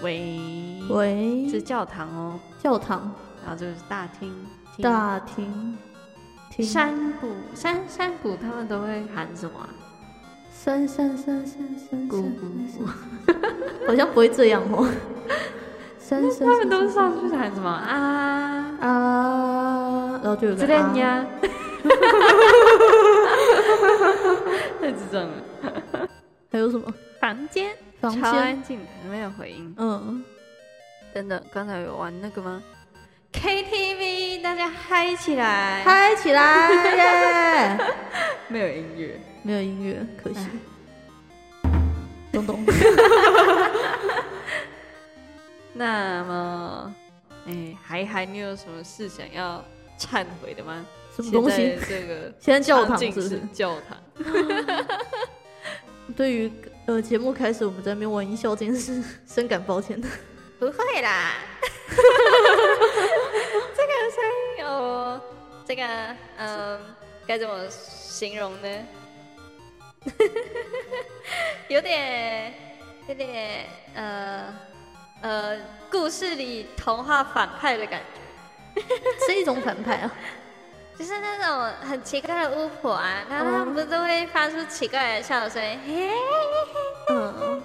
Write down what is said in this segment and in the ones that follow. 为喂，是教堂哦，教堂然后就是大厅，厅大厅厅山谷山山谷他们都会喊什么啊？山山山山山咕山咕咕，山 好像不会这样哦。山山他们山都是上去喊什么啊？啊，然后就有之个类啊， 呀，太智障了。还有什么房间房超间？安静的，没有回音。嗯，真的，刚才有玩那个吗？KTV，大家嗨起来！嗨起来耶！ 没有音乐，没有音乐，可惜哎。哎东东，那么，哎，还还你有什么事想要忏悔的吗？什么东西？现在这个现在 教堂场景是不是？教堂？对于呃节目开始我们在那边玩音效这件事，深感抱歉。不会 啦，这个声音哦，这个嗯，该怎么形容呢？ 有点，有点呃呃，故事里童话反派的感觉， 是一种反派啊，就是那种很奇怪的巫婆啊，然后他们不是都会发出奇怪的笑声，嘿，嗯，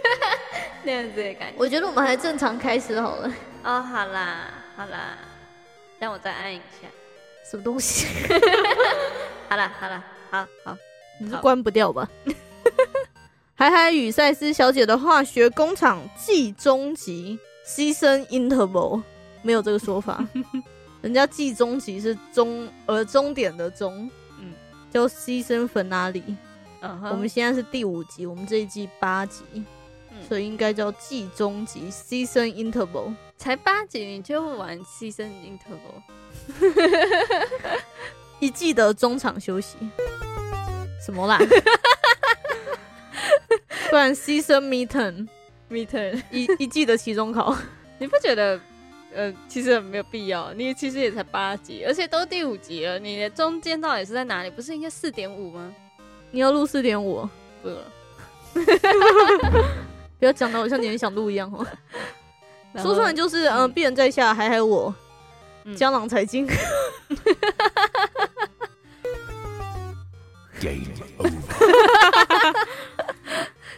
那样子的感觉。我觉得我们还正常开始好了。哦，好啦，好啦，让我再按一下。什么东西？ 好了，好了，好好。你是好关不掉吧？ 海海与赛斯小姐的化学工厂季终极 season interval 没有这个说 法，人家季终极是终呃终点的终，嗯叫 season finale。嗯哼我们现在是第五集，我们这一季八集，嗯所以应该叫季终极 season interval。才八集你就玩牺牲 interval，一季的中场休息。什么 啦？不然 season meeting m e t e r 一一季的期中考，你不觉得？呃，其实很没有必要，你其实也才八集，而且都第五集了，你的中间到底是在哪里？不是应该四点五吗？你要录四点五，不了，不要讲的我像你很想录一样哦。然后说出来就是，嗯、嗯鄙人在下，还还我，嗯江郎才尽。 Game over.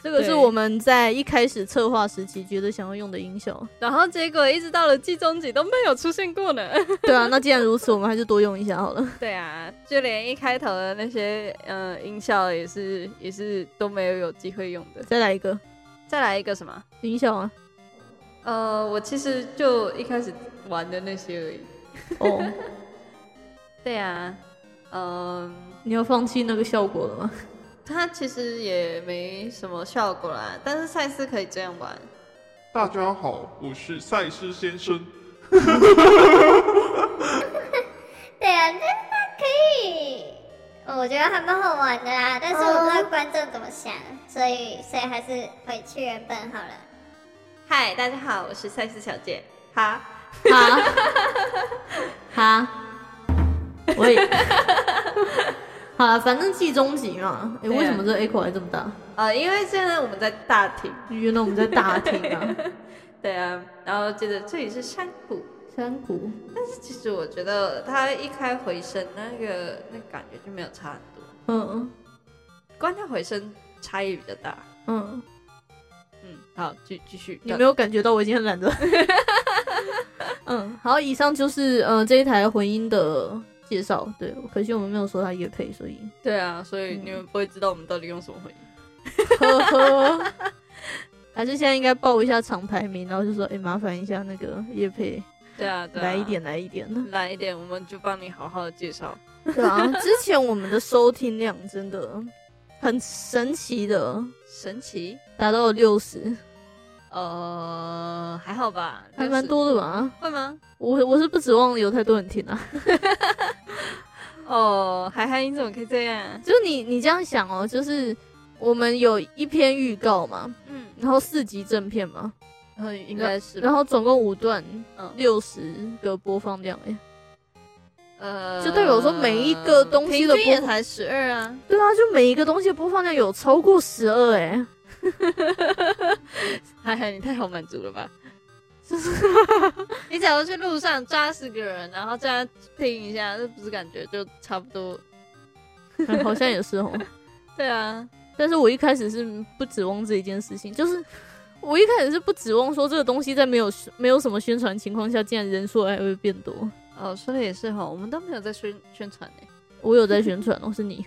这个是对我们在一开始策划时期觉得想要用的音效。 然后结果一直到了季中集都没有出现过呢。对啊，那既然如此，我们还是多用一下好 了。 对啊，就连一开头的那些呃音效也是也是都没有有机会用的。再来一个再来一个什么？音效啊！呃，我其实就一开始玩的那些而已。哦，对啊，嗯，你要放弃那个效果了吗？它其实也没什么效果啦，但是赛斯可以这样玩。大家好，我是赛斯先生。对啊，那那可以，我觉得还蛮好玩的啦。但是我不知道观众怎么想，所以所以还是回去原本好了。嗨，大家好，我是赛斯小姐。哈， 哈，哈，喂， 好了，反正季中集嘛。哎、对啊为什么这 echo 还这么大？呃，因为现在我们在大厅。原来我们在大厅 啊，对啊，然后接着这里是山谷，山谷。但是其实我觉得它一开回声，那个那感觉就没有差很多，嗯关掉回声差异比较大。嗯，嗯，好，继继续。你没有感觉到我已经很懒得。嗯，好，以上就是呃这一台回音的介绍。对，可惜我们没有说它也配，所以对啊，所以你们不会知道我们到底用什么回音。呵呵。还是现在应该报一下厂排名，然后就说，哎、麻烦一下那个叶配对啊，对啊嗯来一，点，来一点。来一点，我们就帮你好好的介绍。对啊，之前我们的收听量真的很神奇的，神奇，达到了六十，呃，还好吧，还蛮60，多的吧？会吗？我我是不指望有太多人听啊，哦，海海，你怎么可以这样？就是你你这样想哦，就是我们有一篇预告嘛，嗯，然后四集正片嘛，呃，应该是吧，然后总共五段嗯，六十个播放量、哎，呃，就代表说每一个东西的平均也播才十二啊，对啊，就每一个东西的播放量有超过十二哎， 海海，你太好满足了吧？ 你假如去路上抓十个人，然后这样拼一下，这不是感觉就差不多？嗯好像也是哦。对啊，但是我一开始是不指望这一件事情，就是我一开始是不指望说这个东西在没有没有什么宣传情况下，竟然人数还会变多。哦，说的也是哈，我们都没有在宣宣传呢、我有在宣传哦，是你，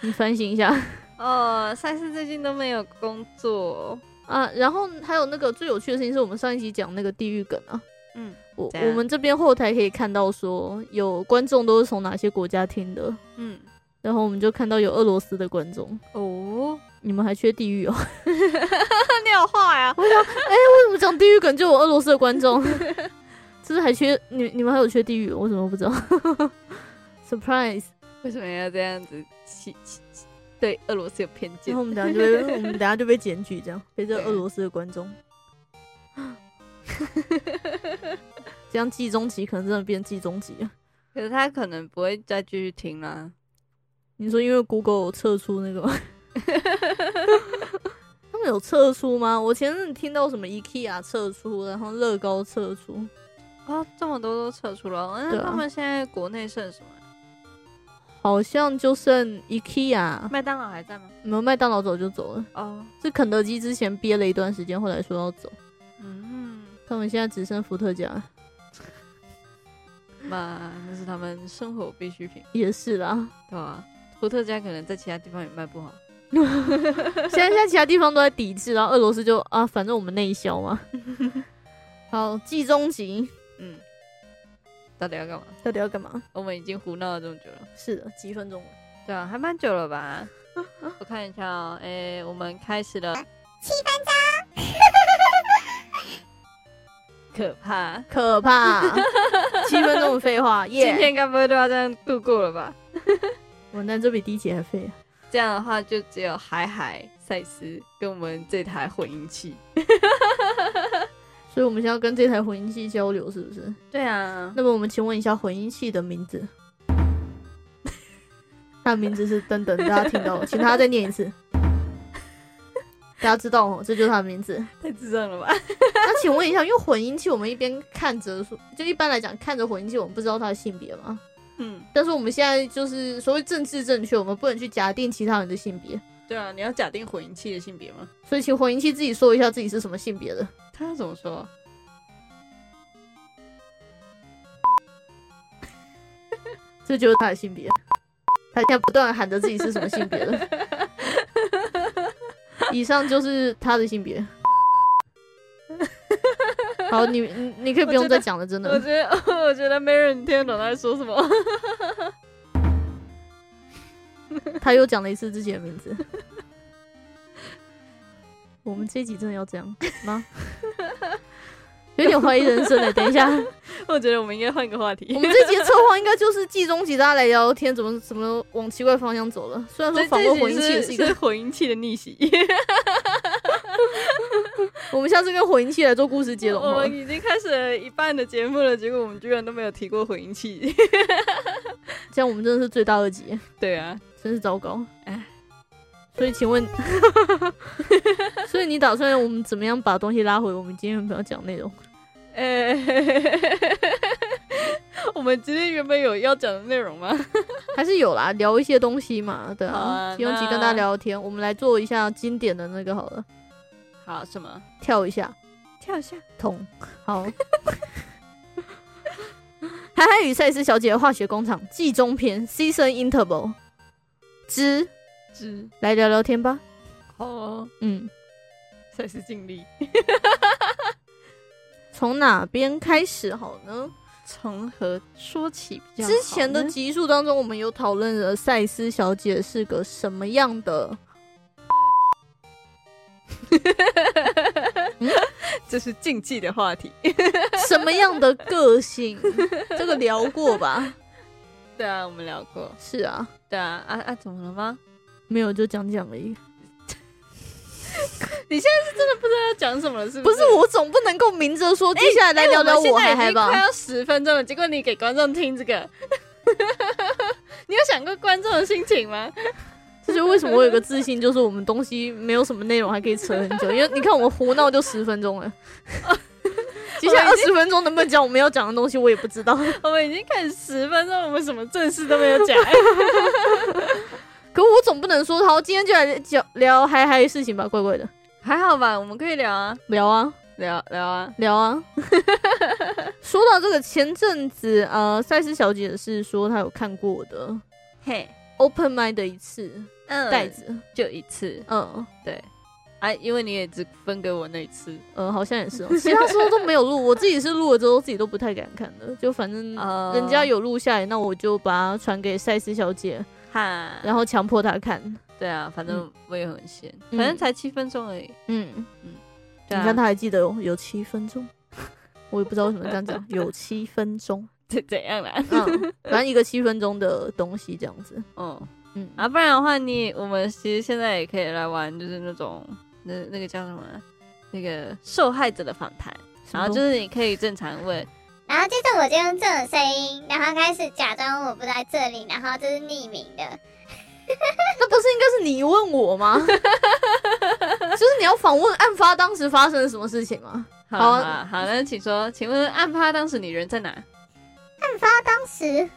你反省一下哦，赛事最近都没有工作，啊。然后还有那个最有趣的事情是我们上一集讲那个地狱梗啊，嗯，我怎样我们这边后台可以看到说有观众都是从哪些国家听的，嗯，然后我们就看到有俄罗斯的观众，哦，你们还缺地狱哦。 那你好坏啊！我讲地狱梗就有俄罗斯的观 众，就是还缺你你们还有缺地狱，我怎么不知道？surprise！为什么要这样子起起起对俄罗斯有偏见然后？我们等下就被 我们等下就被检举，这样被这俄罗斯的观众， 这样季中集可能真的变季中集啊！可是他可能不会再继续听啦。你说因为 Google 测出那个吗？ 他们有测出吗？我前阵听到什么 IKEA 测出，然后乐高测出，哦，这么多都撤出了，嗯那、对啊他们现在国内剩什么？好像就剩 IKEA，麦当劳还在吗？没有麦当劳走就走了。哦，是肯德基之前憋了一段时间，后来说要走，嗯，他们现在只剩伏特加，那那是他们生活必需品，也是 啦。对吧、啊？伏特加可能在其他地方也卖不好。现在现在其他地方都在抵制，然后俄罗斯就啊，反正我们内 销嘛。好，季中集嗯，到底要干嘛？到底要干嘛？我们已经胡闹了这么久了，是的，几分钟了。对啊，还蛮久了吧？ 我看一下哦，诶、我们开始了七分钟， 可怕。可 怕，七分钟的废话，耶、今天该不会都要这样度过了吧？完蛋，这比第一集还废、啊。这样的话，就只有海海、赛斯跟我们这台混音器。所以我们现在要跟这台混音器交流，是不是？对啊，那么我们请问一下混音器的名字，它的名字是噔噔，大家听到了，请大家再念一次。大家知道哦，这就是它的名字。 太智障了吧？那请问一下，因为混音器我们一边看着说，就一般来讲看着混音器，我们不知道它的性别嘛。嗯，但是我们现在就是所谓政治正确，我们不能去假定其他人的性别，对啊，你要假定混音器的性别吗？所以请混音器自己说一下自己是什么性别的。他要怎么说？这就是他的性别。他现在不断地喊着自己是什么性别了。以上就是他的性别。好，你你你可以不用再讲了，真我的觉。得， 我觉得没人听得懂他在说什么。 他又讲了一次自己的名字。我们这一集真的要这样吗？有点怀疑人生了。等一下，我我觉得我们应该换个话题。们这集的策划应该就是季中集，大家来聊天，怎么怎么往奇怪方向走了。虽然说这访问这回集音器也是一是个，混音器的逆 袭。我们下次跟回音器来做故事接龙好我了。们已经开始了一半的节目了，结果我们居然都没有提过混音器。这样我们真的是罪大恶极， 对 啊，真是糟糕哎。所以，请问， 所以你打算我们怎么样把东西拉回我们今天不要讲内容？呃、 我们今天原本有要讲的内容吗？还是有啦，聊一些东西嘛，对好啊啊。用集跟大家聊聊天，我们来做一下经典的那个好了， 好，什么？跳一下跳一下。桶。好，海海与赛斯小姐的化学工厂季中篇 Season Interval 之之来聊聊天吧。哦，嗯，赛斯尽力。从哪边开始好呢？从何说起比较好呢之前的集数当中，我们有讨论了赛斯小姐是个什么样的， 这是禁忌的话题。什么样的个性，这个聊过吧？对啊，我们聊过。 是啊，对啊，啊啊，怎么了吗？没有就讲讲而已。要讲什么了？是不不是，我总不能够明着说，接下来来聊聊我们我现在还已经还快吧？要十分钟了，结果你给 观众听这个，你有想过观众的心情吗？ 这就就为什么我有个自信，就是我们东西没有什么内容，还可以扯很久。因为你看我们胡闹就十分 钟了，接下来二十分钟能不能讲我们要讲的东西，我也不知道。 我们已经开始十分钟，我们什么正事都没有讲。可我总不能说，好，今天就来讲聊嗨嗨的事情吧，怪怪的， 还好吧，我们可以聊啊，聊啊。聊聊啊。聊啊。 说到这个，前阵子呃，赛斯小姐是说她有看过我的嘿， open m i d 的一次嗯袋子，就一次，嗯对。啊，因为你也只分给我那一次，呃，好像也是、哦， 其他时候都没有录，我自己是录了之后自己都不太敢看的，就反正呃人家有录下来，那我就把它传给赛斯小姐，哈，然后强迫她看，对啊，反正我也很闲，嗯反正才七分钟而已。嗯，对啊你看她还记得哦有有七分钟。 我也不知道为什么这样 讲，有七分钟，怎 怎样啦？ 嗯，反正一个七分钟的东西这样子，嗯嗯，啊，不然的话你，我们其实现在也可以来玩，就是那种那那个叫什么啊，那个受害者的访谈，然后就是你可以正常 问，然后接着我就用这种声音，然后开始假装我不在这里，然后这是匿名的。那不是应该是你问我吗？ 就是你要访问案发当时发生了什么事情吗？好好好啊啊好，那请说，请问案发当时你人在哪？当时，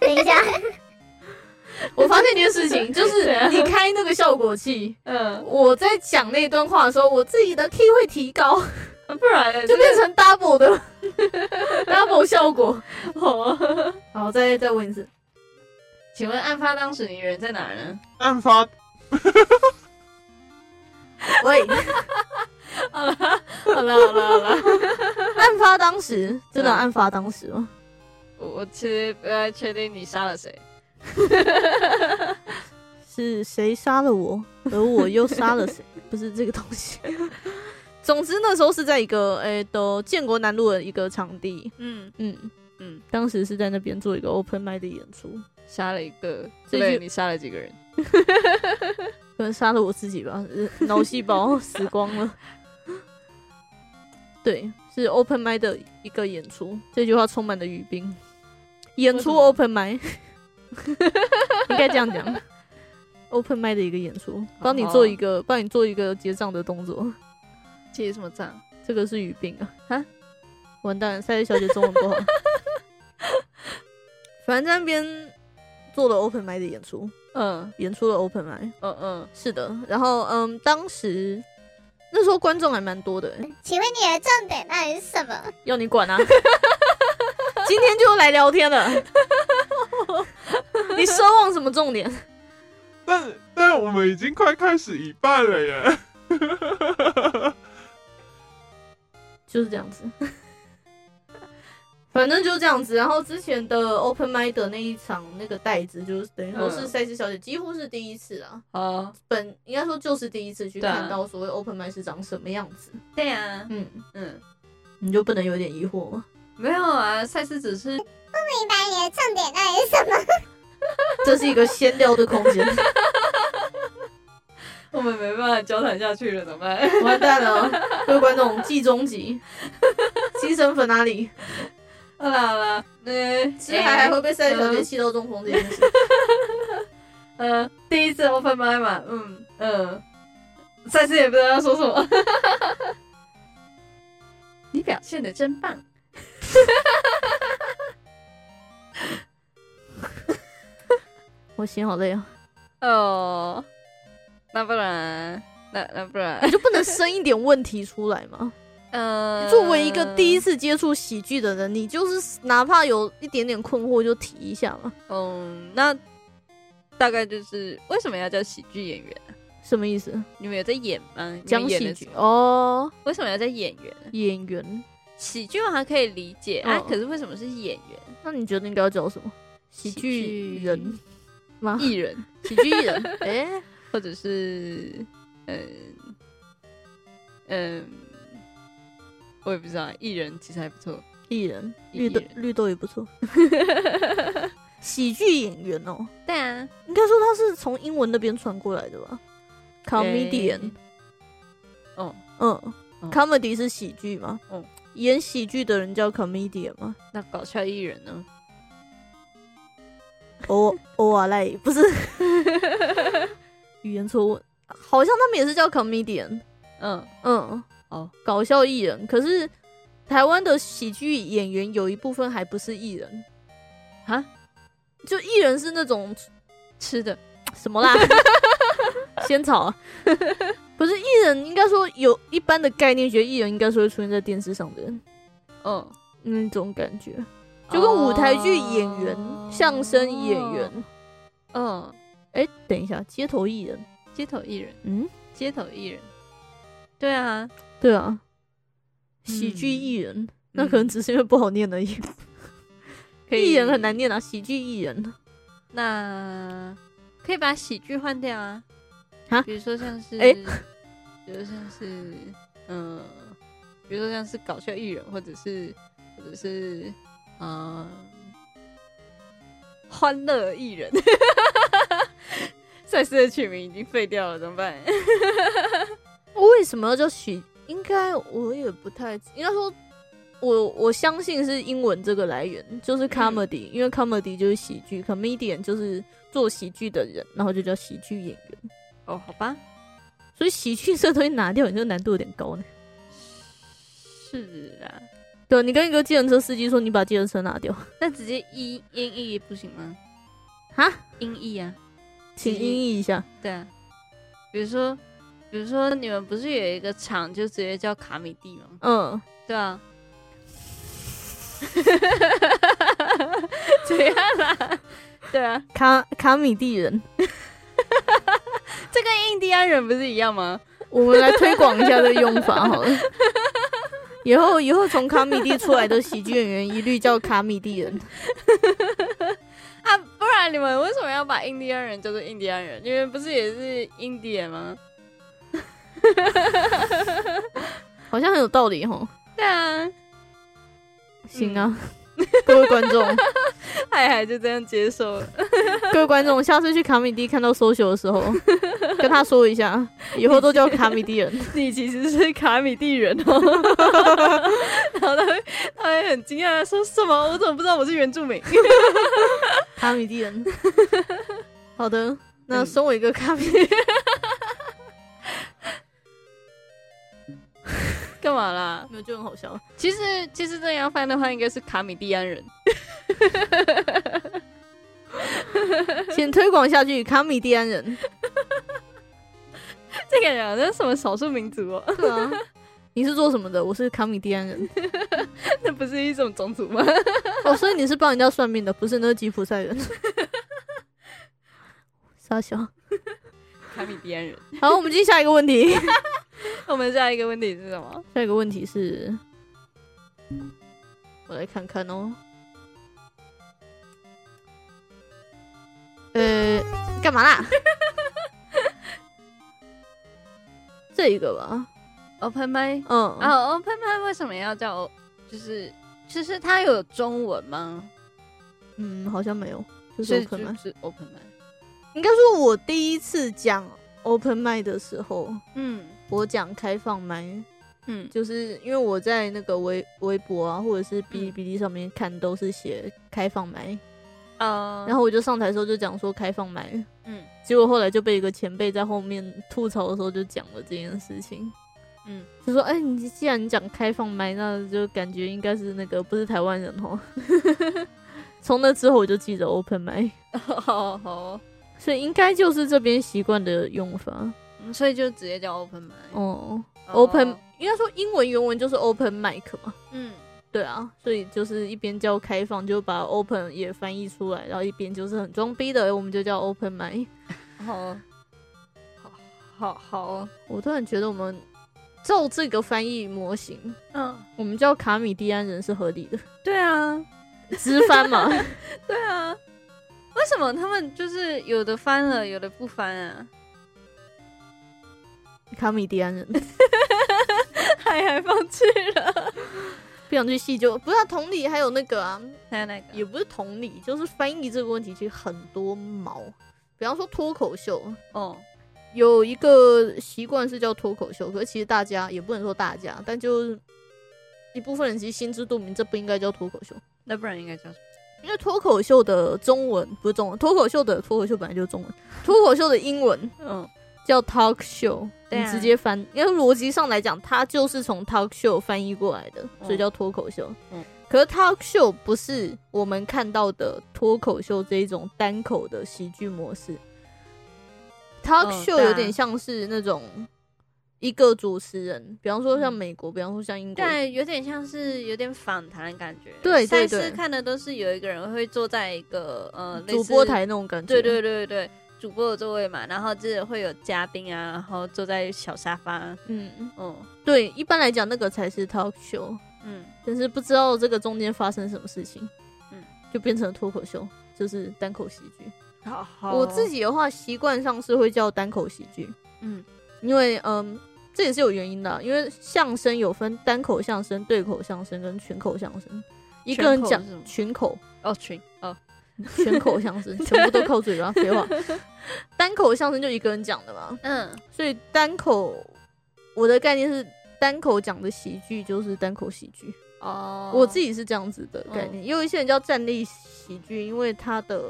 等一下，我发现一件事情，就 对是啊你开那个效果器，嗯，我在讲那段话的时候，我自己的 key 会提 高，呃不然呢就变成 double 的 double 效果。这个哦好，再再问一次， 请问案发当时你人在哪儿呢？案发 喂， 好了好了好了好了，案发当时真的嗯案发当时吗？我 我其实不太确定你杀了谁。是谁杀了我，而我又杀了 谁，不是这个东西。 总之那时候是在一个诶的建国南路的一个场地，嗯嗯嗯，当时是在那边做一个 open m i 的演出，杀了一个，这对，就你杀了几个人？可能杀了我自己吧， 呃脑细胞死光了。 对，是 open m i 的一个演出，这句话充满了语病。演为什出么 open m i 应该这 样讲。open m i 的一个演出，啊帮你做一个帮你做一个结账的动作。结什么账？这个是语病啊！啊，完蛋了，赛丽小姐中文不好。 反正在那边做了 open m i 的演出，嗯演出了 open m i 嗯嗯，是的，然后嗯，当时那时候观众还蛮多的、请问你的重点到底是什么？要你管啊！ 今天就来聊天 了，你奢望什么重点？但但我们已经快开始一半了耶！就是这样子， 反正就是这样子。然后之前的 open m i 的那一场那个袋子，就是等于说是嗯赛斯小姐几乎是第一次啊，哦，本应该说就是第一次去对啊看到所谓 open m i 是长什么样子。对啊，嗯，嗯，你就不能有点疑惑吗？没有啊，赛斯只是明白你的重点到底是什么？这是一个闲聊的空间， 我们没办法交谈下去了，怎么办？ 完蛋了，各位观众，季终极，精神粉哪里？好啦好啦，那其实还还会被赛小姐气到中风这件事，呃，第一次 open m i 嘛，嗯嗯，赛斯也不知道要说什 么。你表现的真棒， 我心好累啊！哦，那不然，那那不 然你，就不能生一点问题出来吗？呃，作为一个第一，次接触喜剧的人，你就是哪怕有一点点困惑就提一下嘛，嗯，那大概就是为什么要叫喜剧演员？什么意思？你们有在演吗？你讲们演喜的剧时候哦，为什么要叫演员？演员。喜剧我还可以理解，啊，嗯可是为什么是演员？那你觉得应该要叫什么？喜剧人吗？艺人，喜剧艺 人？哎、或者是嗯嗯，我也不知道，艺人其实还不错。艺人，艺绿豆人绿豆也不 错。喜剧演员哦，对啊应该说他是从英文那边传过来的吧？Comedian，、哦，嗯、嗯 c o m e d y 是喜剧嘛？嗯演喜剧的人叫 comedian 吗？那搞笑艺人呢？ 偶偶尔赖不是语言错误，好像他们也是叫 comedian，嗯，嗯，哦，搞笑艺人。可是台湾的喜剧演员有一部分还不是艺人，哈，就艺人是那种吃的，什 么啦，仙草、啊，不是艺人，应该说有一般的概念，觉得艺人应该是会出现在电视上的人嗯，那种感觉，就跟舞台剧演员、哦相声演员，，嗯，哎、等一下，街头艺人，街头艺人，嗯，街头艺人，对啊，对啊，喜剧艺人，那可能只是因为不好念而已。可以艺人很难，念啊，喜剧艺人那可以把喜剧换掉啊，啊比如说像是，哎比如像是，嗯，比如说像是搞笑艺人，或者是，或者是，嗯，欢乐艺人。 赛事的取名已经废掉了，怎么办？为什么要叫喜？应该我也不太，应该说。我我相信是英文这个来源，就是 comedy，、因为 comedy 就是喜剧，comedian 就是做喜剧的人，然后就叫喜剧演员。哦，好吧，所以喜剧这东西拿掉，你这个难度有点高呢。是啊，对，你跟一个计程车司机说，你把计程车拿 掉，那直接音音译不行吗？哈，音译啊，请音译一下。对啊，比如说，比如说你们不是有一个厂就直接叫卡米蒂吗？嗯，对啊。 怎样啦？对啊，卡卡米蒂人，这跟印第安人不是一样吗？我们来推广一下这个用法好了。 以后以后从卡米蒂出来的喜剧演员一律叫卡米蒂人，啊，不然你们为什么要把印第安人叫做印第安人？你们不是也是印第安吗？好像很有道理吼。对啊，行啊， 各位观众，海海就这样接受了。 各位观众，下次去卡米蒂看到 social 的时候，跟他说一下，以后都叫卡米蒂人。你其实是卡米蒂人哦， 然后他会他会很惊讶地说什么？我怎么不知道我是原住民？ 卡米蒂人。好的，那嗯送我一个卡米。干嘛啦？没有，就很好笑。其实其实这样翻的话，应该是卡米蒂安人。请推广下去，卡米蒂安人。 这个人好像什么少数民族哦？ 对啊，你是做什么的？我是卡米蒂安人。那不是一种种族吗？哦，所以你是帮人家算命的，不是那个吉普赛人。 傻笑。卡米蒂安人。好，我们进下一个问题。我们下一个问题是什么？下一个问题是，我来看看哦。呃，干嘛啦？ 这一个吧， Open m 嗯，啊、o p e n m 为什么要叫？就是就是它有中文吗？嗯，好像没有，就就是是 open 就 mic。是 Open m 应该说，我第一次讲 open mic 的时候，嗯我讲开放麦，嗯就是因为我在那个微微博啊，或者是哔哩哔哩上面看都是写开放麦，呃，然后我就上台的时候就讲说开放麦，嗯 结果后来就被一个前辈在后面吐槽的时候就讲了这件事情，嗯，就说：“哎、你既然讲开放麦，那就感觉应该是那个不是台湾人哦。” 从那之后我就记着 open 麦，好好，所以应该就是这边习惯的用法嗯所以就直接叫 Open m 哦。 i open 应该说英文原文就是 open mic 嘛，嗯对啊，所以就是一边叫开放，就把 open 也翻译出来，然后一边就是很装逼的，哎我们就叫 open mic。好好好好，我突然觉得我们照这个翻译模型，嗯，我们叫卡米蒂安人是合理的，对啊，直翻嘛。对啊，为什么他们就是有的翻了，有的不翻啊？ 卡米蒂安人海海放弃了，不想去细究，不是、啊、同理，还有那个啊，还有 那个也不是同理，就是翻译这个问题其实很多毛。比方说脱口秀，哦，有一个习惯是叫脱口秀，可是其实大家也不能说大家，但就是一部分人其实心知肚明，这不应该叫脱口秀。那不然应该叫什么？因为脱口秀的中文不是中文，脱口秀的脱口秀本来就是中文，脱口秀的英文嗯，叫 talk show，、对啊你直接翻，因为逻辑上来讲，它就是从 talk show 翻译过来的，所以叫脱口秀。嗯可是 talk show 不是我们看到的脱口秀这一种单口的喜剧模式，talk 嗯 show 对啊有点像是那种一个主持人，比方说像美国，比方说像英国，但有点嗯像是有点访谈的感觉。对对上一对次看的都是有一个人会坐在一个呃类主似播台那种感觉，对对对对对，主播的座位嘛，然后就是会有嘉宾啊，然后坐在小沙发，嗯，嗯对，一般来讲那个才是 talk show，嗯，但是不知道这个中间发生什么事情，嗯就变成了脱口秀，就是单口喜剧。好好我自己的话，习惯上是会叫单口喜剧，嗯因为嗯，这也是有原因的啊，因为相声有分单口相声、对口相声跟群口相声，一个人全口讲是什么群口。哦群哦全口相声全部都靠嘴 巴，废话。单口相声就一个人讲的嘛，嗯所以单口我的概念是单口讲的喜剧就是单口喜剧。哦，我自己是这样子的概嗯念，也有一些人叫站立喜剧，因为它的，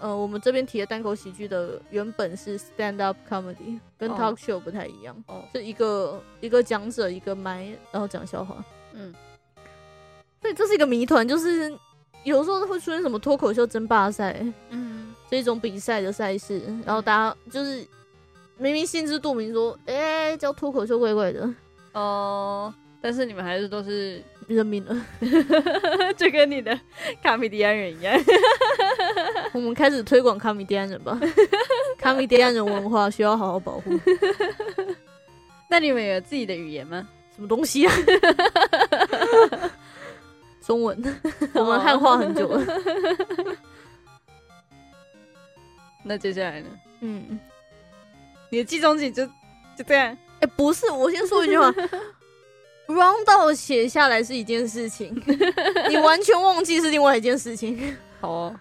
呃，我们这边提的单口喜剧的原本是 stand up comedy，跟哦 talk show 不太一样，哦是一个一个讲者一个麦，然后讲笑话，嗯所以这是一个谜团，就是有时候会出现什么脱口秀争霸赛嗯这种比赛的赛事，然后大家就是明明心知肚明说，哎、叫脱口秀怪怪的，哦，但是你们还是都是 认命了。就跟你的卡米迪安人一样， 我们开始推广卡米蒂安人吧，卡米蒂安人文化需要好好保护。 那你们有自己的语言 吗？什么东西啊？中文，啊我们汉化很久哦了。 那接下来呢？嗯，你的计中景就就这样，哎、不是，我先说一句话，round out 写下来是一件事 情，你完全忘记是另外一件事情。好哦，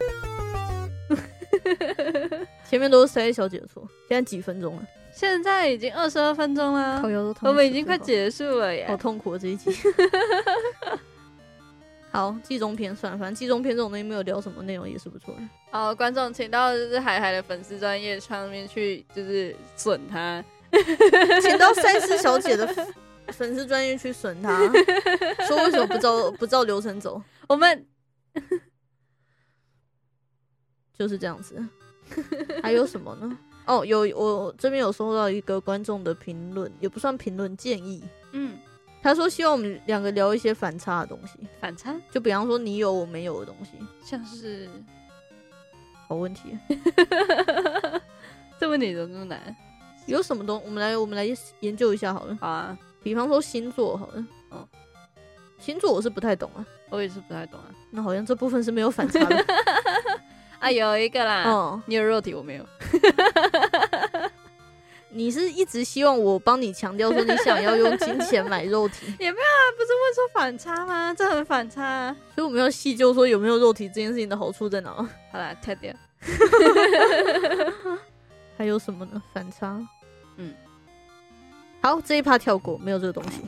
前面都是塞小姐的错，现在几分钟了？现在已经二十二分钟啦靠，腰都啊痛，我们已经快，结束了耶好，痛苦啊这一 集。好，季中篇算了，反正季中篇这种东西没有聊什么内容也是不错的。好，观众请到就是海海的粉丝专业上面去，就是损他。请到赛斯小姐的 粉粉丝专业去损她，说为什么不照不照流程走，我们就是这样子。还有什么呢？哦，有我这边有收到一个观众的评论，也不算评论建议。嗯，他说希望我们两个聊一些反差的东西，反差就比方说你有我没有的东西。像是 好问题，这问题怎么这么难？有什么东？我们来我们来研究一下好了。好啊，比方说星座好了，哦星座我是不太懂啊。我也是不太懂啊。那好像这部分是没有反差的。啊，有一个啦，哦，你有肉体，我没有。你是一直希望我帮你强调说你想要用金钱买肉 体，他不是问说反差吗？这很反差、啊。所以我们要细究说有没有肉体这件事情的好处在哪。好啦，跳掉。还有什么呢？反差。嗯，好，这一趴跳过，没有这个东 西。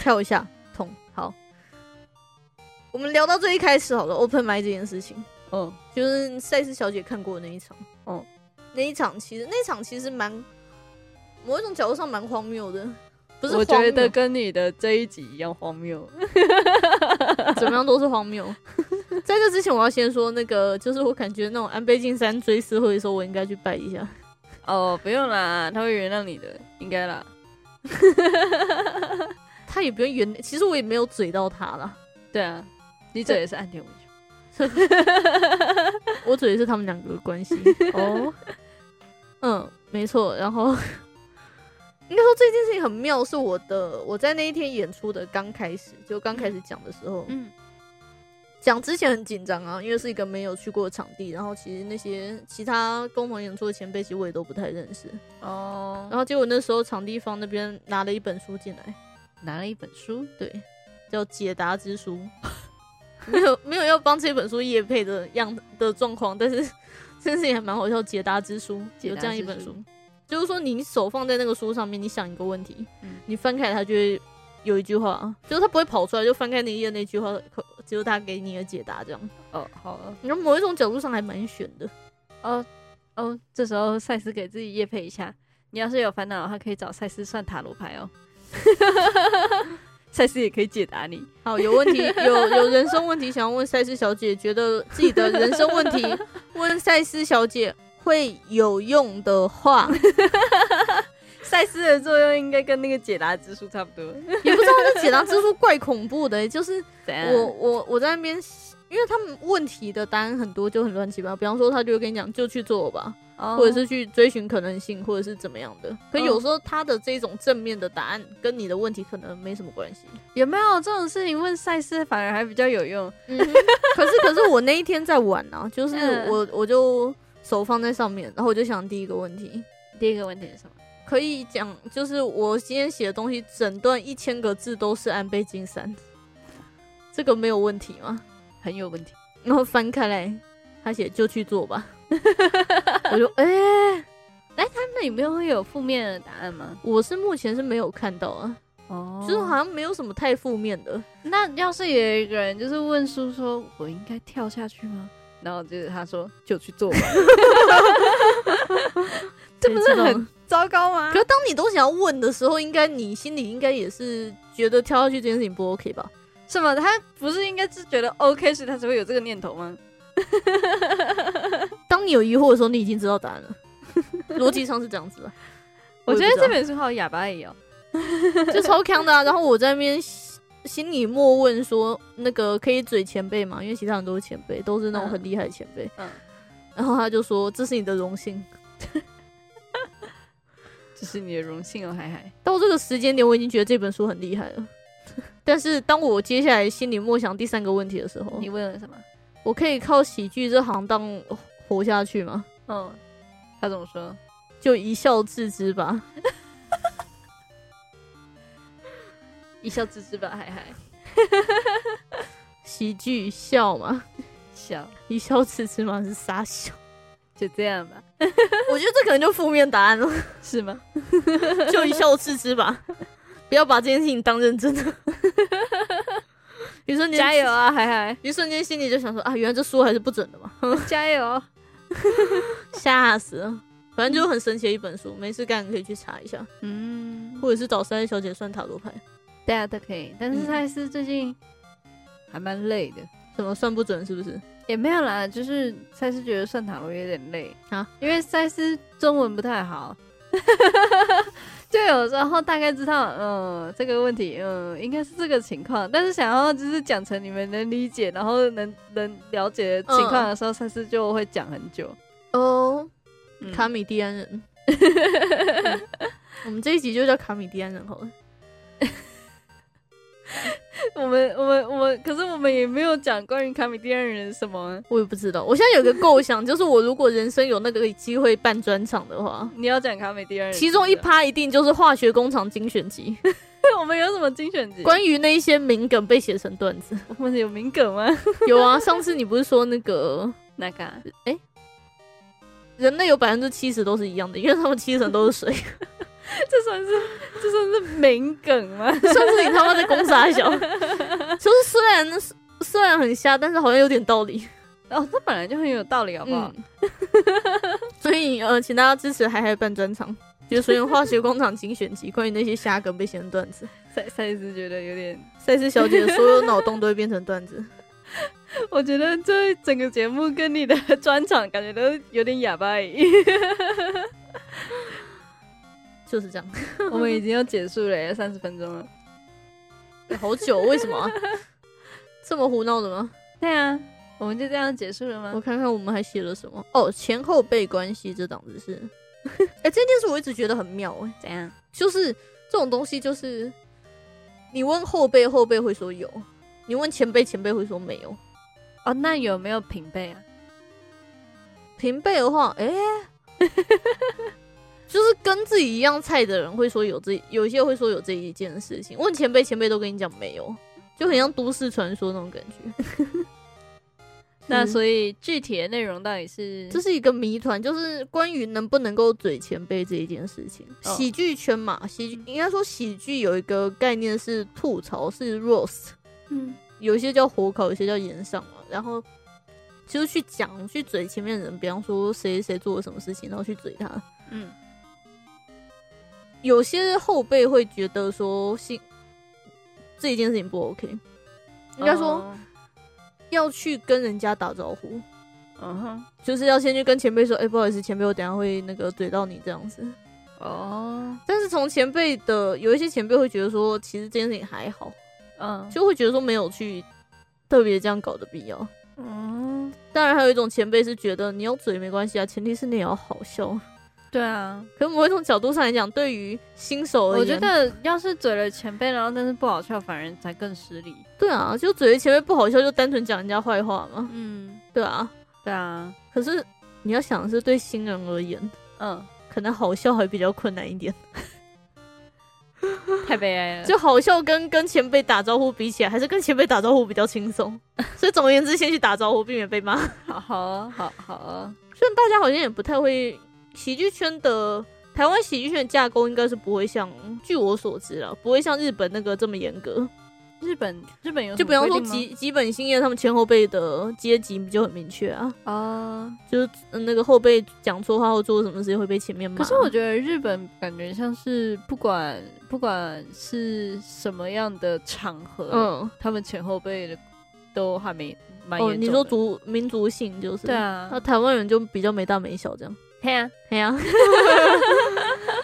跳一下，痛。好，我们聊到最一开始好了，open m i 这件事情，哦，就是赛斯小姐看过的那一场。哦，那一场其实那一场其实蛮某一种角度上蛮荒谬的，不是我荒觉谬得跟你的这一集一样荒谬。怎么样都是荒谬。 在这之前，我要先说那个，就是我感觉那种安倍晋三追思会的时候，我应该去拜一下。 哦，不用啦，他会原谅你的，应该啦。他也不用原，其实我也没有嘴到他啦，对啊，你这也是暗点 文学。我嘴的是他们两个的关系。哦，嗯，没错。然后 应该说这件事情很妙，是我的我在那一天演出的刚开始，就刚开始讲的时候，嗯讲之前很紧张啊，因为是一个没有去过的场地，然后其实那些其他共同演出的前辈，其实我也都不太认识。哦，然后结果那时候场地方那边拿了一本书进来，拿了一本书，对，叫《解答之书》， 没有没有要帮这本书业配的样的状况，但是这件事情还蛮好笑，《解答之书》解有答这样一之本书书，就是说你手放在那个书上面，你想一个问题，嗯你翻开它就会有一句话，就是它不会跑出来，就翻开那一页那句话就是他给你的解答这样。哦，好了，你说某一种角度上还蛮悬的。哦哦，这时候赛斯给自己夜配一下，你要是有烦恼的话，可以找赛斯算塔罗牌哦， 赛斯也可以解答你。好，有问题，有有人生问题想要问赛斯小姐，觉得自己的人生问题问赛斯小姐会有用的话，赛斯的作用应该跟那个解答之书差不多。也不知道这解答之书怪恐怖的、欸就是 怎样？我我我在那边，因为他们问题的答案很多，就很乱七八糟。比方说，他就会跟你讲就去做吧，哦或者是去追寻可能性，或者是怎么样的。可嗯有时候他的这种正面的答案跟你的问题可能没什么关系。有没有这种事情问赛斯反而还比较有用？嗯，可是可是我那一天在玩啊，就是嗯我我就手放在上面，然后我就想第一个问题。第一个问题是什么？可以讲，就是我今天写的东西，整段一千个字都是安倍晋三， 这个没有问题吗？很有问题。然后翻开来，他写就去做吧。我就哎、 那那里面会哎有负面的答案吗？我是目前是没有看到啊，哦就是好像没有什么太负面的。那要是有一个人就是问叔说：“我应该跳下去吗？”然后就是他说：“就去做吧。这不是很” 啊糟糕吗可是当你都想要问的时候，应该你心里应该也是觉得跳下去这件事情不 OK 吧？是吗？他不是应该是觉得 OK，所以他才会有这个念头吗？当你有疑惑的时候，你已经知道答 案了。逻辑上是这样子的，我也觉不得知道这本书好哑巴一样。 就超强的、啊。然后我在那边心心里默问说，那个可以嘴前辈嘛，因为其他人都是前辈，都是那种很厉害的前辈。嗯然后他就说：“这是你的荣幸。这是你的荣幸哦，海海。”到这个时间点，我已经觉得这本书很厉害了。 但是当我接下来心里默想第三个问题的时候，你问了什么？我可以靠喜剧这行当活下去吗？嗯，他怎么说？就一笑置之吧。一笑置之吧，海海喜剧笑嘛，笑，一笑置之嘛是傻笑。就这样吧，我觉得这可能就负面答案了， 是吗？就一笑置之吧，不要把这件事情当认真 的。一瞬间 加油！啊，海海，一瞬间心里就想说啊，原来这书还是不准的嘛， 加油！吓死了。反正就很神奇的一本书，没事干可以去查一下。嗯，或者是找三位小姐算塔罗牌，大家啊都可以，但是嗯赛斯最近还蛮累的，什么算不准是不是？也没有啦，就是赛斯觉得算塔罗有点累啊，因为赛斯中文不太 好，就有时候大概知道，嗯，这个问题，嗯，应该是这个情况，但是想要就是讲成你们能理解，然后能能了解的情况的时嗯候，赛斯、就会讲很久。哦，嗯卡米蒂安 人。嗯我们这一集就叫卡米蒂安人好了。我们我们我们，可是我们也没有讲关于卡米蒂安人什么啊。我也不知道，我现在有个构想，就是我如果人生有那个机会办专场的话，你要讲卡米蒂安人是不是，其中 一趴一定就是化学工厂精选集，我们有什么精选集？ 关于那一些名梗被写成段子。我们有敏梗吗？有啊，上次你不是说那个哪个啊？ 人类有百分之七十都是一样的，因为他们七成都是水， 这算是这算是敏梗吗？上次你他妈在攻杀小，就是虽然虽然很瞎，但是好像有点道理。 嗯哦，这本来就很有道理，好不好？ 所以呃，请大家支持海海办专场，就是所有化学工厂精选集，关于那些虾梗被写成段子，赛赛斯觉得有点，赛斯小姐的所有脑洞都会变成段子。 我觉得这整个节目跟你的专场感觉都有点哑巴而已。就 是这样， 我们已经要结束了耶，三十分钟了。好久，为什么啊、这么胡闹的吗？对啊，我们就这样结束了我吗？看看我们还写了什么哦，前后辈关系这档子是， 哎、这件事我一直觉得很妙哎、怎样？就是这种东西，就是你问后辈，后辈会说有；你问前辈，前辈会说没有。哦，那有没有平辈啊？平辈的 话，哎、就是跟自己一样菜的人会说有这，有一些会说有这一件事情。问前辈，前辈都跟你讲没有，就很像都市传说那种感觉。 那是所以具体的内容到底嗯是这是一个谜团，就是关于能不能够嘴前辈这一件事情。哦嗯喜剧圈嘛，喜剧应该说喜剧有一个概念是吐槽，是 roast。嗯有一些叫火烤，有些叫岩上嘛。然后就是去讲、去嘴前面的人，比方说谁谁做了什么事情，然后去嘴他。嗯，有些后辈会觉得说性这一件事情不 OK，应该说、哦，要去跟人家打招呼，嗯哼，就是要先去跟前辈说，哎、不好意思，前辈，我等一下会那个怼到你这样子。哦，但是从前辈的有一些前辈会觉得说，其实这件事情还好，嗯，就会觉得说没有去特别这样搞的必要。嗯，当然，还有一种前辈是觉得你用嘴没关系啊，前提是你也要好笑。对啊，可某一种角度上来讲，对于新手而言，我觉得要是嘴了前辈，然后但是不好笑，反而才更失礼。对啊，就嘴前辈不好笑，就单纯讲人家坏话嘛，嗯，对啊。对啊，可是你要想的是对新人而言，嗯，可能好笑还比较困难 一点。太悲哀了。就好笑跟跟前辈打招呼比起来，还是跟前辈打招呼比较轻松。所以总而言之，先去打招呼，避免被骂。 好好啊，好好啊，虽然大家好像也不太会喜剧圈的台湾喜剧圈的架构，应该是不会像，据我所知啦，不会像日本那个这么严格。日本日本有就比方说急吉吉本兴业他们前后辈的阶级就很明确啊，啊，就是呃那个后辈讲错话或做什么事情会被前面骂。可是我觉得日本感觉像是不管不管是什么样的场合，嗯，他们前后辈的都还没蛮哦，严重的。你说嗯族民族性就是对那啊，台湾人就比较没大没小这样。对啊，哎 呀，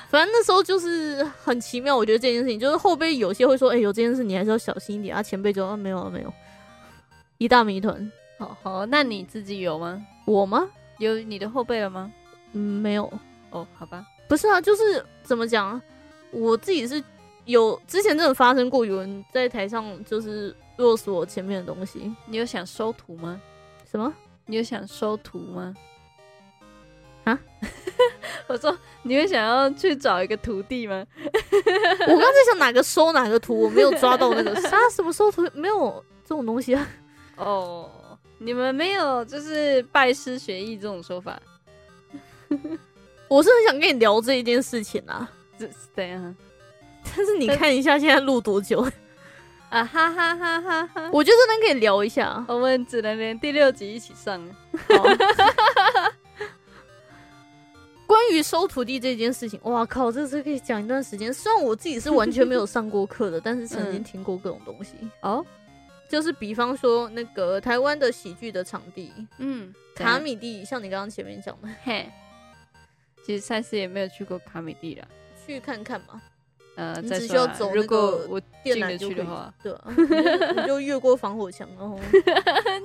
反正那时候就是很奇妙。我觉得这件事情就是后辈有些会说：“哎、有这件事你还是要小心一点。”啊，前辈就啊没有啊没有，一大谜团。好好，那你自己有吗？我吗？有你的后辈了吗？嗯，没有。哦，好吧，不是啊，就是怎么讲啊？我自己是有之前真的发生过，有人在台上就是落实我前面的东西。你有想收徒吗？什 么？你有想收徒吗？啊？ 我说你会想要去找一个徒弟吗？我刚才想哪个收哪个图，我没有抓到 那个啥什么收图，没有这种东西啊。哦，你们没有就是拜师学艺这种说法，我是很想跟你聊这一件事情啊，这是怎样但是你看一下现在录多久。啊？哈哈哈哈哈！ 我觉得这边可以聊一下。我们只能连第六集一起上了。 关于收徒弟这件事情，哇靠，这是可以讲一段时间。虽然我自己是完全没有上过课的，但是曾经听过各种东西。哦，就是比方说，那个台湾的喜剧的场地，嗯，卡米蒂，像你刚刚前面讲的，嘿，其实赛斯也没有去过卡米蒂啦。去看看嘛，呃，你再只需说要啦走如那果个我电进缆得就去可以的话，，对啊，你就你就越过防火墙，然后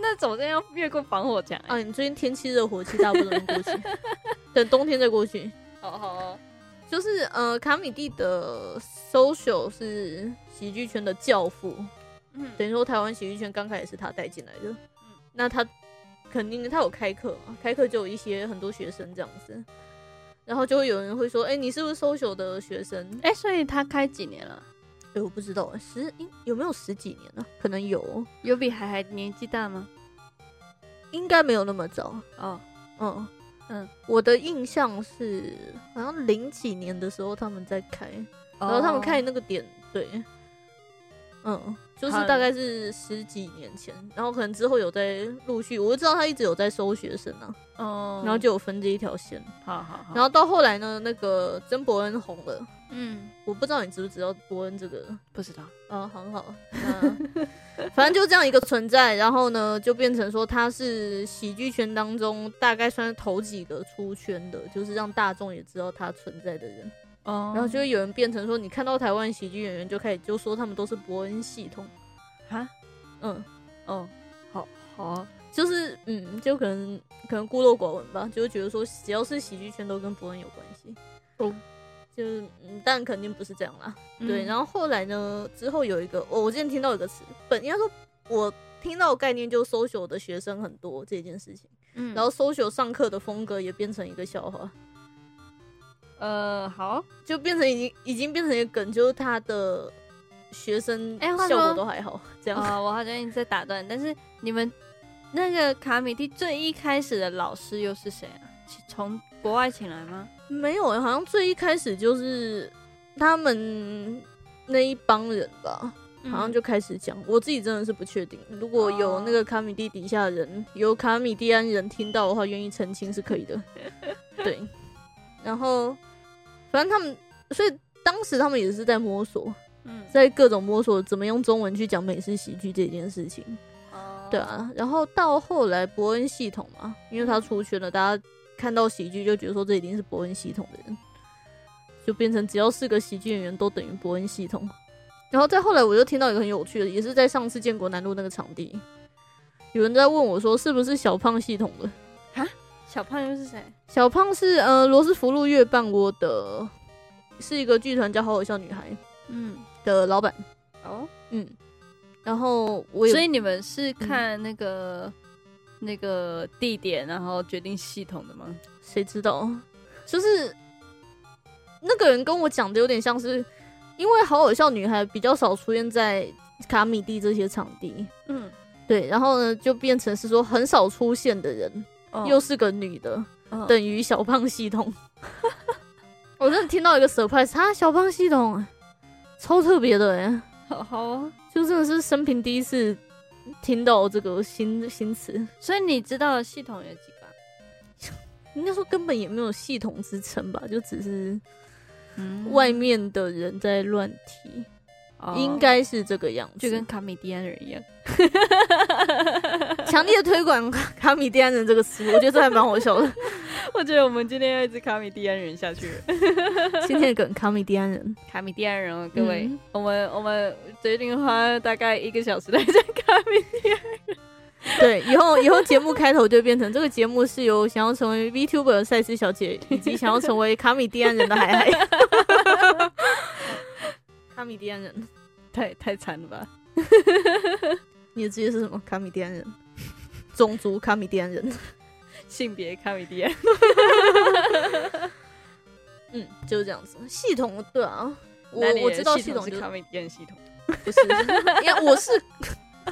那总是要越过防火墙、欸。啊，你最近天气热，火气大，不能过去，等冬天再过去。好好哦，就是呃，卡米蒂的 social 是喜剧圈的教父，嗯，等于说台湾喜剧圈刚开始是他带进来的。那他肯定他有开课嘛，开课就有一些很多学生这样子，然后就会有人会说，哎、你是不是 social 的学生？哎、哎、所以他开几年了？我不知道，十应有没有十几年呢、可能有哦，有比海海年纪大吗？应该没有那么早。哦，嗯嗯，我的印象是好像零几年的时候他们在开，哦然后他们开看那个点，对，嗯，就是好大概是十几年前，然后可能之后有在陆续，我就知道他一直有在收学生啊，哦，然后就有分这一条线，好好好，然后到后来呢，那个曾伯恩红了，嗯，我不知道你知不知道伯恩这个，不知道，啊，很好，嗯， 反正就这样一个存在，然后呢，就变成说他是喜剧圈当中大概算是头几个出圈的，就是让大众也知道他存在的人。哦，然后就会有人变成说，你看到台湾喜剧演员就开始就说他们都是伯恩系统，哈，嗯，哦，好好啊，就是嗯，就可能可能孤陋寡闻吧，就会觉得说只要是喜剧圈都跟伯恩有关系，哦，就是嗯，但肯定不是这样啦，对。然后后后来呢，之后有一个，我、我之前听到有个词，本应该说我听到的概念就 social 的学生很多这件事情，嗯然后 social 上课的风格也变成一个笑话，呃，好，就变成已经已经变成一个梗，就是他的学生哎话效说果都还好，这样。啊、我好像一直在打断，但是你们那个卡米蒂最一开始的老师又是谁啊？请从国外请来吗？没有、好像最一开始就是他们那一帮人吧，好嗯像就开始讲。我自己真的是不确定，如果有那个卡米蒂底下的人，有卡米蒂安人听到的话，愿意澄清是可以的。对，然后反正他们，所以当时他们也是在摸索，嗯，在各种摸索怎么用中文去讲美式喜剧这件事情。哦对，啊，然后到后来伯恩系统嘛，因为他出圈了，大家看到喜剧就觉得说这一定是伯恩系统的人，就变成只要是个喜剧演员都等于伯恩系统。然后再后来，我就听到一个很有趣的，也是在上次建国南路那个场地，有人在问我说是不是小胖系统的？小胖又是谁？小胖是呃罗斯福路月半窝的，是一个剧团叫好好笑女孩嗯，的老板，哦，嗯，然后我也所以你们是看那个、那个地点，然后决定系统的吗？谁知道？就是那个人跟我讲的有点像是，因为好好笑女孩比较少出现在卡米蒂这些场地，嗯，对，然后呢就变成是说很少出现的人，嗯又是个女的，对，等于小胖系统。 我真的听到一个 surprise，他小胖系统超特别的哎、好好哦。就真的是生平第一次听到这个新新词。所以你知道的系统有几个啊？应该说根本也没有系统之称吧，就只是嗯外面的人在乱提。哦应该是这个样子，就跟卡米蒂安人一样。 强烈推广卡卡米蒂安人这个词，我觉得这还蛮好 笑的。 我觉得我们今天要一直卡米蒂安人下去了。今天的梗卡米蒂安人， 卡米蒂安人哦，各位，嗯我们我们决定花大概一个小时来讲卡米蒂安。对，以后 以后节目开头就变成这个节目是由想要成为 VTuber 的赛斯小姐，以及想要成为卡米蒂安人的海 海。卡米蒂安人，太太惨了吧？你的职业是什么？卡米蒂安人，种族卡米蒂安人。性别卡米蒂安。嗯，就是这样子。系统对啊，我那你的我知道系统是就卡米蒂安系统。不是，因为我是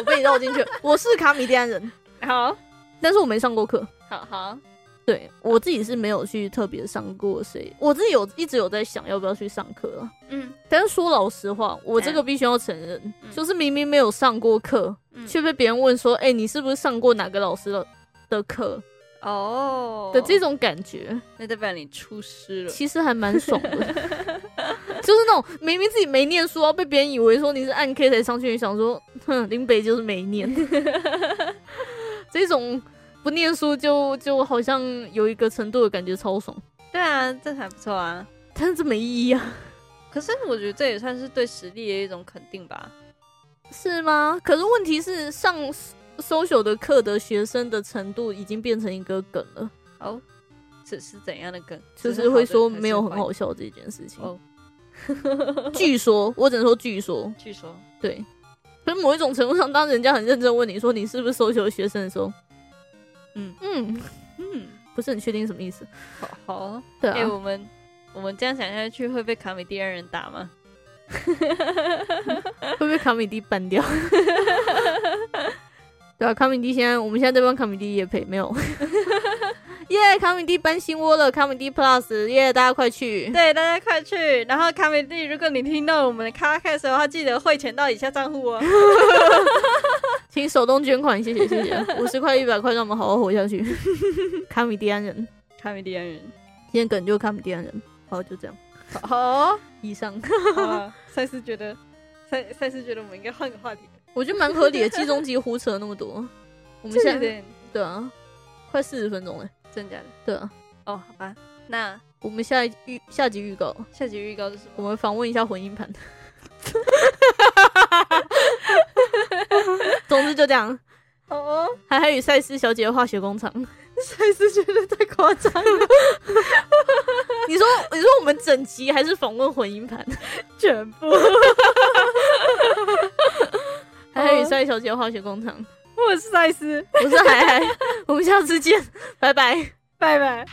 我被你绕进去了，我是卡米蒂安人。好，但是我没上过课，好好，对我自己是没有去特别上过谁，我自己有一直有在想要不要去上课啊。嗯，但是说老实话，我这个必须要承认，就是明明没有上过课，嗯却被别人问说：“哎、你是不是上过哪个老师的的课？”哦的这种感觉，那代表你出师了。其实还蛮爽的。 就是那种明明自己没念书，然后被别人以为说你是暗 K 才上去，想说哼，林北就是没念。 这种不念书就就好像有一个程度的感觉超爽，对啊，这还不错啊。但是这没意义啊，可是我觉得这也算是对实力的一种肯定吧。是吗？可是问题是上 social 的课的学生的程度已经变成一个梗了，哦，这是怎样的梗？就是会说没有很好好笑这件事情。哦 据说，我只能说据说，的，据说对。可是某一种程度上，当人家很认真问你说你是不是 social 学生的时候，嗯嗯，嗯，不是很确定什么意思。好好哦。对哎、啊，我们我们这样想下去会被卡米蒂安人打吗？会被卡米蒂ban 掉。 对啊，卡米蒂现在我们现在在帮卡米蒂也配没有？耶、卡米蒂搬新窝了，卡米蒂 Plus，耶、大家快去！对，大家快去！然后卡米蒂，如果你听到我们的卡开的话，记得汇钱到以下账户 哦。请手动捐款，谢谢谢谢，五十块一百块，让我们好好活下去。 卡米蒂安人，卡米蒂安人，今天梗就是卡米蒂安人，好，就这样，好、哦。以上。 好吧赛斯觉得， 赛赛斯觉得我们应该换个话题。我觉得蛮合理的，季中集胡扯那么多，我们这有现在点对啊，快四十分钟了，真假的对啊，哦，好吧。那我们下一预下集预告，下集预告是什么？我们访问一下混音盘。 总之就这样，哦哦，海海与赛斯小姐的化学工厂，赛斯觉得太夸张了，你说你说我们整集还是访问混音盘？全 部。海海与赛斯小姐的化学工厂，我是赛斯，我是海海，我们下次见，拜拜。拜拜。